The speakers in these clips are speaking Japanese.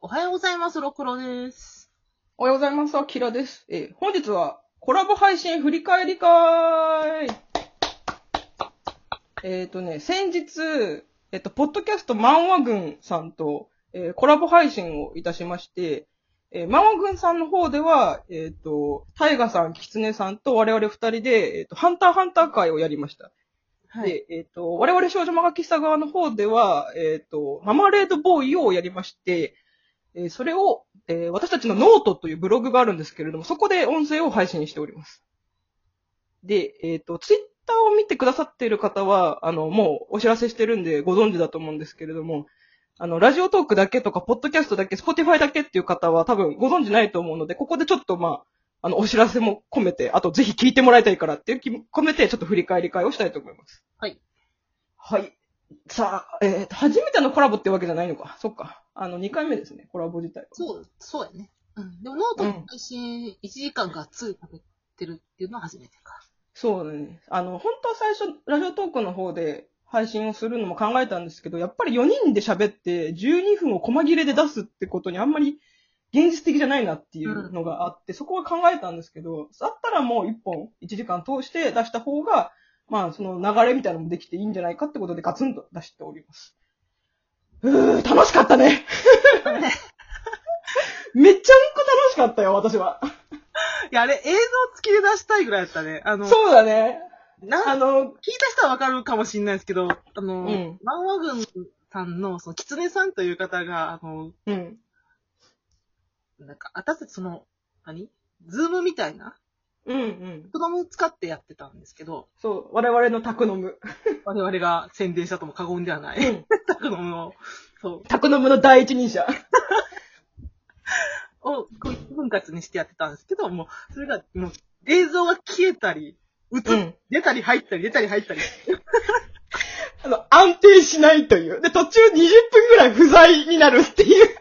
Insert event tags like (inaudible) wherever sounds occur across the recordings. おはようございます、ろくろです。おはようございます。アキラです。えー本日はコラボ配信振り返り会えっ、とね、先日、えっ、と、ポッドキャスト漫画軍さんと、えーコラボ配信をいたしまして、えー漫画軍さんの方では、えっ、と、タイガさん、キツネさんと我々二人で、えっ、と、ハンターハンター会をやりました。はい。で、えっ、と、我々少女マガ喫茶側の方では、えっ、と、ママレードボーイをやりまして、えーそれを、えー私たちのノートというブログがあるんですけれども、そこで音声を配信しております。で、えっ、と、ツイッターを見てくださっている方は、あの、もうお知らせしてるんでご存知だと思うんですけれども、あの、ラジオトークだけとか、ポッドキャストだけ、スポティファイだけっていう方は多分ご存知ないと思うので、ここでちょっとまあ、あの、お知らせも込めて、あとぜひ聞いてもらいたいからっていう気も込めて、ちょっと振り返り会をしたいと思います。はい。はい。さあ、えー、初めてのコラボってわけじゃないのか。そっか。あの、2回目ですね、コラボ自体は。そう、そうやね。うん。でも、ノートの配信1時間がついかけてるっていうのは初めてか。そうだね。あの、本当は最初、ラジオトークの方で配信をするのも考えたんですけど、やっぱり4人で喋って12分を細切れで出すってことにあんまり現実的じゃないなっていうのがあって、そこは考えたんですけど、だったらもう1本、1時間通して出した方が、まあ、その流れみたいなのもできていいんじゃないかってことでガツンと出しております。うー、楽しかったね (laughs) めっちゃめっこ楽しかったよ、私は。いや、あれ、映像付きで出したいぐらいやったね。あの、そうだね。なあん聞の、いた人はわかるかもしれないですけど、あの、うん漫画軍さんの、その、狐さんという方が、あの、うん。なんか、私たちその、何ズームみたいな、うんうん。子供を使ってやってたんですけど、そう、我々の宅飲む。我々が宣伝したとも過言ではない。 (laughs) タクノムの、そう、 (laughs) 宅飲むの第一人者。をこう一分割にしてやってたんですけど、もう、それが、もう、映像が消えたり、映っ、うん出たり入ったり、出たり入ったり。 (laughs) (laughs) あの、安定しないという。で、途中20分ぐらい不在になるって (laughs) いう。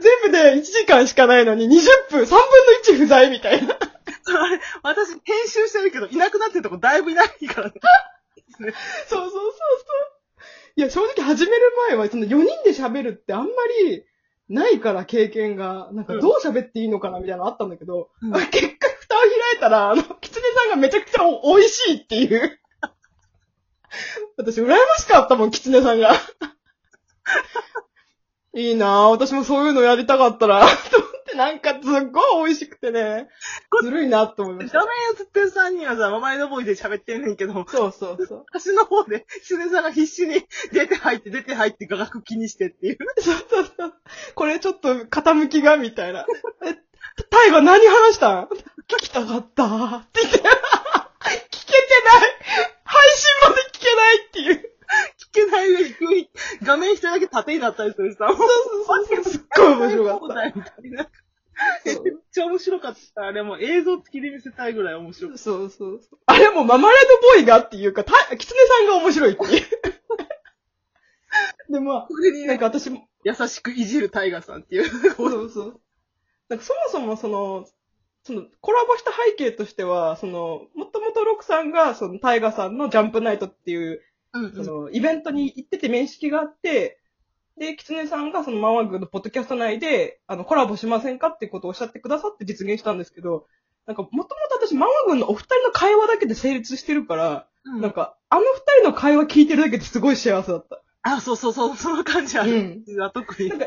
全部で1時間しかないのに20分、3分の1不在みたいな。そうあれ私、編集してるけど、いなくなってるとこだいぶいないから (laughs) ね。そうそうそうそう。いや、正直始める前は、その4人で喋るってあんまりないから経験が、なんかどう喋っていいのかなみたいなのあったんだけど、うん結果蓋を開いたら、あの、キツネさんがめちゃくちゃお美味しいっていう。私、羨ましかったもん、キツネさんが。いいなぁ、私もそういうのやりたかったら、と思って、なんかすっごい美味しくてね、ずるいなと思いましダた。メやつってる3人はさ、ママイドボーイで喋ってんねんけど、そうそうそう。私の方で、シュネさんが必死に出て入って出て入って画角気にしてっていう。 (laughs) そうそうそう。 (laughs) これちょっと傾きが、みたいな。え、タイガ何話したん聞きたかったって言って。聞けてない配信まで聞けないっていう。聞けない上に急に画面一人だけ縦になったりするしさ、もうそうそうそう。すっごい面白かっだよみた (laughs) いな。た。めっちゃ面白かった。あれもう映像付きで見せたいぐらい面白かっそうそうそう。あれもうママレードボーイがっていうか、たキツネさんが面白いっていう。で、また。 (laughs) これにあ、なんか私も、優しくいじるタイガさんっていう。 (laughs) そうそう。なんかそもそもその、そのコラボした背景としては、その、もともとロクさんが、その、タイガさんのジャンプナイトっていう、うん、その、イベントに行ってて面識があって、で、キツネさんがそのマンワグのポッドキャスト内で、あの、コラボしませんかっていうことをおっしゃってくださって実現したんですけど、なんか、もともと私、マンワグのお二人の会話だけで成立してるから、うんなんか、あの二人の会話聞いてるだけですごい幸せだった。あ、そうそうそう、その感じある。ん。あ特になん。か、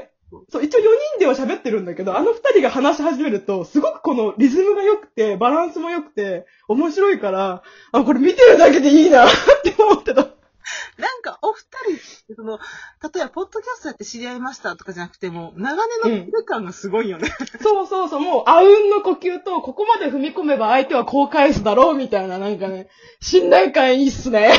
そう、一応4人では喋ってるんだけど、あの2人が話し始めると、すごくこのリズムが良くて、バランスも良くて、面白いから、あ、これ見てるだけでいいなって思ってた。なんか、お二人、その、例えば、ポッドキャストやって知り合いましたとかじゃなくても、長年の距離感がすごいよ (laughs) ね。そうそうそう、もう、あうんの呼吸と、ここまで踏み込めば相手はこう返すだろう、みたいな、なんかね、信頼感いいっすね。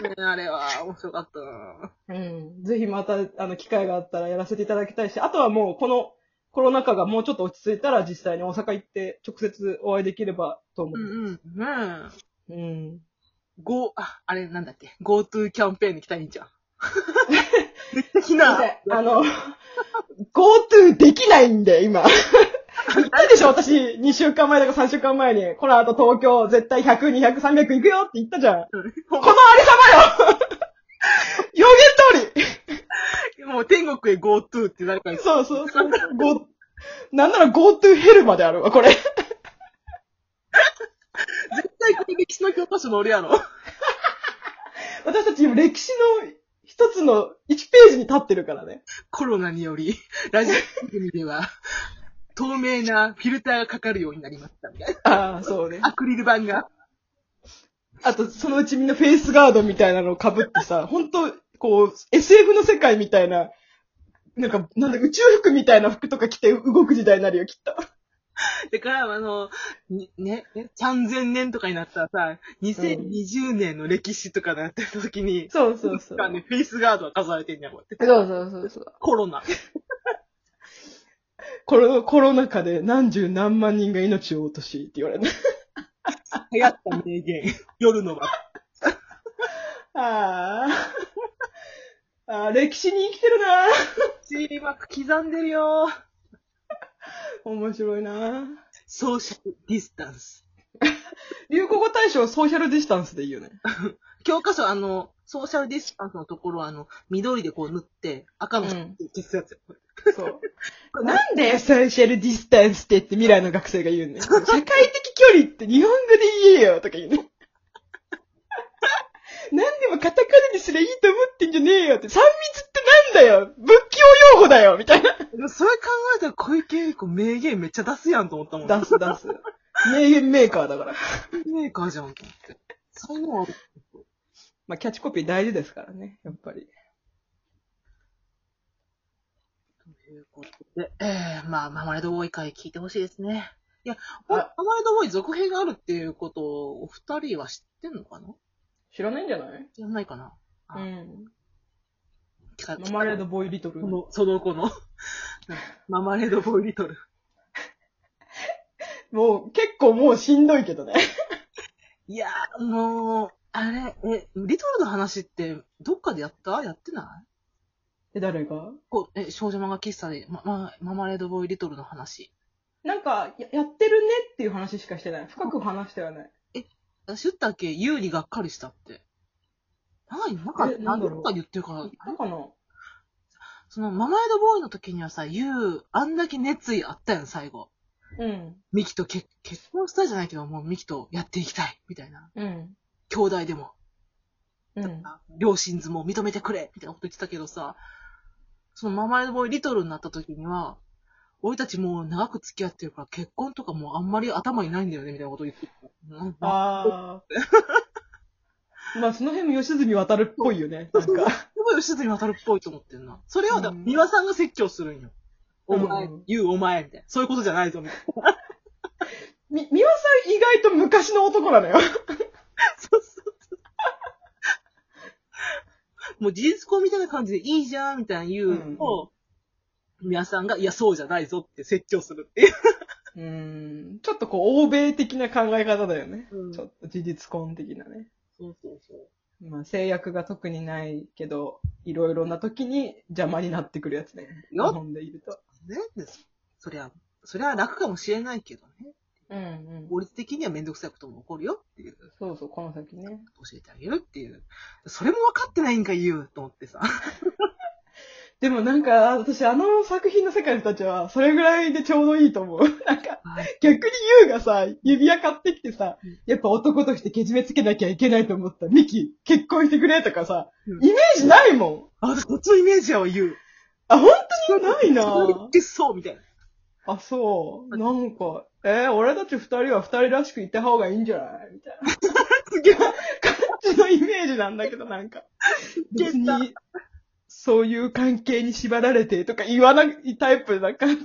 ねあれは、面白かったなうん。ぜひまた、あの、機会があったらやらせていただきたいし、あとはもう、この、コロナ禍がもうちょっと落ち着いたら、実際に大阪行って、直接お会いできればと思うう。んうん。うん。うん。 Go、あ、あれなんだっけ ?GoTo キャンペーンに来たらいいんじゃん。 (laughs) めっちゃ来な。あの、GoTo できないんで、今。言ったでしょ、私、2週間前だか3週間前に、この後東京絶対100、200、300行くよって言ったじゃん。このありさまよ予言通りもう天国へ GoTo って誰か言ってそうそうそう。ご、なんなら GoTo ヘルまであるわ、これ。絶対これ歴史の教科書の俺やろ。私たち今歴史の一つの1ページに立ってるからね。コロナにより、ラジオ番組では、透明なフィルターがかかるようになりましたみたいな。ああ、そうね。アクリル板が。あと、そのうちみんなフェイスガードみたいなのを被って (laughs) さ、ほんと、こう、SF の世界みたいな、なんか、なんだ、宇宙服みたいな服とか着て動く時代になるよ、きっと。だから、あの、にね、ね3000年とかになったらさ、2020年の歴史とかになってた時に、そうそうそう。ね、フェイスガードが飾られてんねや、こうやって。そうそうそうそう。コロナ。コロ、コロナ禍で何十何万人が命を落としって言われる。流行った名言。夜の街。ああ。 (laughs) ああ、歴史に生きてるなチーマック刻んでるよ。面白いなソーシャルディスタンス。流行語大賞はソーシャルディスタンスでいいよね。教科書、あの、ソーシャルディスタンスのところは、あの、緑でこう塗って、赤のうん消すやつよ。 (laughs) そう。なんでソーシャルディスタンスってって未来の学生が言うね。社会的距離って日本語で言えよとか言う (laughs) ね。なんでもカタカナにすりゃいいと思ってんじゃねえよって。三密ってなんだよ仏教用語だよみたいな。でもそれ考えたら小池栄子名言めっちゃ出すやんと思ったもん。出す出す。名言メーカーだから。メーカーじゃんと思って。そういうのは、まあ、キャッチコピー大事ですからね、やっぱり。ということで、えー、まあ、マーマレードボーイ会聞いてほしいですね。いや、ほんマあーマレードボーイ続編があるっていうことを、お二人は知ってんのかな知らないんじゃない知らないかなうん。てかママレードボーイリトルそ。の、その子の、 (laughs) マーマレードボーイリトル。もう、結構もうしんどいけどね。いやー、もう、あれ、え、リトルの話って、どっかでやったやってないえ、誰がこう、え、少女漫画喫茶で、ま、ま、マーマレードボーイリトルの話。なんかや、やってるねっていう話しかしてない。深く話してはない。私言ったっけ優にがっかりしたって。ないなんか、えな何んだろうとか言ってるから、なんかなその、ママエドボーイの時にはさ、ユウ、あんだけ熱意あったやん、最後。うん。ミキと結結婚したじゃないけど、もうミキとやっていきたい、みたいな。うん。兄弟でも、うん。両親相も認めてくれ、みたいなこと言ってたけどさ、そのママエドボーイリトルになった時には、俺たちもう長く付き合ってるから結婚とかもうあんまり頭にないんだよね、みたいなこと言ってた。うんああ。 (laughs) まあ、その辺も吉住渡るっぽいよね。なんか。すごい吉住渡るっぽいと思ってんな。それをだ、うん美輪さんが説教するんよ。お前うん、言うお前、みたいな。そういうことじゃないぞ、みたいな。み、美輪さん意外と昔の男なのよ。そうそう (laughs) そう。もう事実婚みたいな感じでいいじゃん、みたいな言うと、美輪さんが、いや、そうじゃないぞって説教するっていう。うん。ちょっとこう、欧米的な考え方だよね。うんちょっと事実婚的なね。そうそうそう。まあ、制約が特にないけど、いろいろな時に邪魔になってくるやつね。日よっ本でいると。ねです。そりゃ、そりゃ楽かもしれないけどね。うんうん。法律的にはめんどくさいことも起こるよっていう、教そうそう、この先ね。えてあげるっていう。それも分かってないんか、言う、と思ってさ。でもなんか、私あの作品の世界の人たちは、それぐらいでちょうどいいと思う。なんか、逆にユウがさ、指輪買ってきてさうん、やっぱ男としてけじめつけなきゃいけないと思った。ミキ、結婚してくれとかさ、うんイメージないもん。 (laughs) あ、私、こっちのイメージやわ、言う。あ、本当にないそれな言ってそう、みたいな。あ、そう。なんか、えー俺たち二人は二人らしくいた方がいいんじゃないみたいなすげえ。感じのイメージなんだけど、なん (laughs) か。げえ別に、そういう関係に縛られてとか言わないタイプな感 (laughs) じ。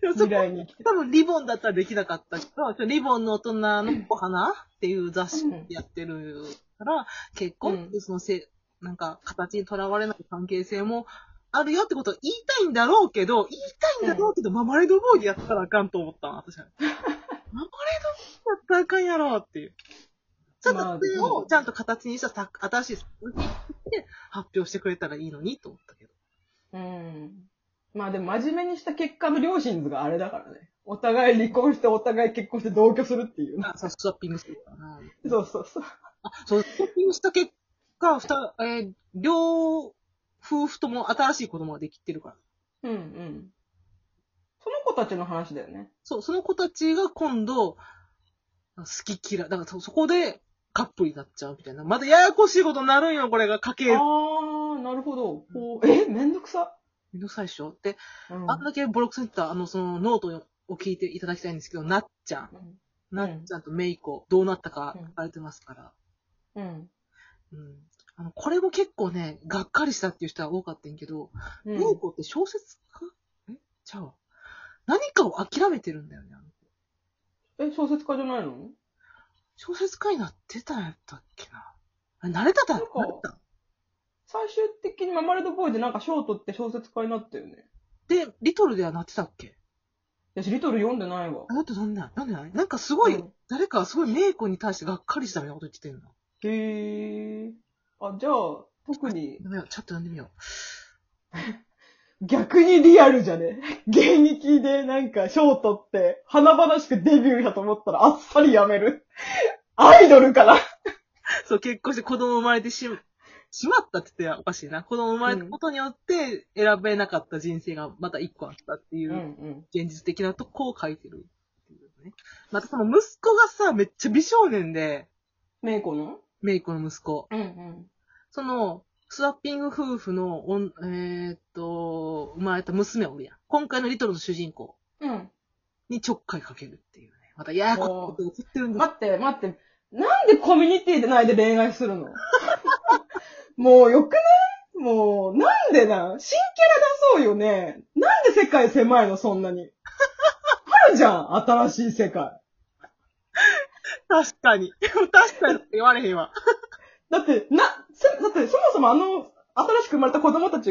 でもそこ未来に生きて多分リボンだったらできなかったけど、リボンの大人のお花っていう雑誌でやってるから、結婚っていうそのせ、なんか形にとらわれない関係性もあるよってことを言いたいんだろうけど、言いたいんだろうけど、ママレードボーイでやったらあかんと思ったの、私は。ママレードボーイやったらあかんやろっていう。ちょっまあとそれをちゃんと形にしたさ新しい作品で発表してくれたらいいのにと思ったけど。うん。まあでも真面目にした結果の両親図があれだからね。お互い離婚してお互い結婚して同居するっていう。あ、そう、ストッピングするからな。 (laughs) そうそうそう。あ、そう、ストッピングした結果、ふた、えー両夫婦とも新しい子供ができてるから。うんうん。その子たちの話だよね。そう、その子たちが今度、好き嫌い。だからそ、そこでカップルになっちゃうみたいな。またややこしいことになるんよ、これが家計。あー、なるほど。こうえ、めんどくさ。めんどくさいでしょで、うんあんだけボロクセンター、あの、そのノートを聞いていただきたいんですけど、なっちゃん。なっちゃんとメイコ、どうなったかうん書かれてますから。うん。うん。あの、これも結構ね、がっかりしたっていう人は多かったんやけど、うん。メイコって小説家えちゃうわ何かを諦めてるんだよね。あのえ、小説家じゃないの小説家になってたんやったっけな。あれ慣れたたなんか慣れた最終的にママレードボーイでなんか賞取って小説家になったよね。で、リトルではなってたっけ私、リトル読んでないわあ。だってそんな、なんでないなんかすごい、うん誰かすごいメイコに対してがっかりしたみたいなこと言ってんの。へえ。あ、じゃあ、特に、やめよう、ちょっと読んでみよ逆にリアルじゃね (laughs) 現役でなんか賞取って、華々しくデビューやと思ったらあっさりやめる。 (laughs) アイドルから。う。 (laughs) そう、結婚して子供生まれてしま、しまったって言ってはおかしいな。子供生まれたことによって選べなかった人生がまた一個あったっていうう、ん。現実的なとこを書いてるっていうね。またその息子がさ、めっちゃ美少年で、メイコのメイコの息子。うんうん。その、スワッピング夫婦のおん、えーっと、生まれた娘おるやん。今回のリトルの主人公うん。にちょっかいかけるっていうね。またややこしいこと起こってるんだ。待って、待って。なんでコミュニティでないで恋愛するの (laughs) もうよくねもう、なんでなん新キャラ出そうよね。なんで世界狭いのそんなに。あるじゃん新しい世界。確かに。確かにって言われへんわ。だって、な、せだってそもそもあの、新しく生まれた子供たちが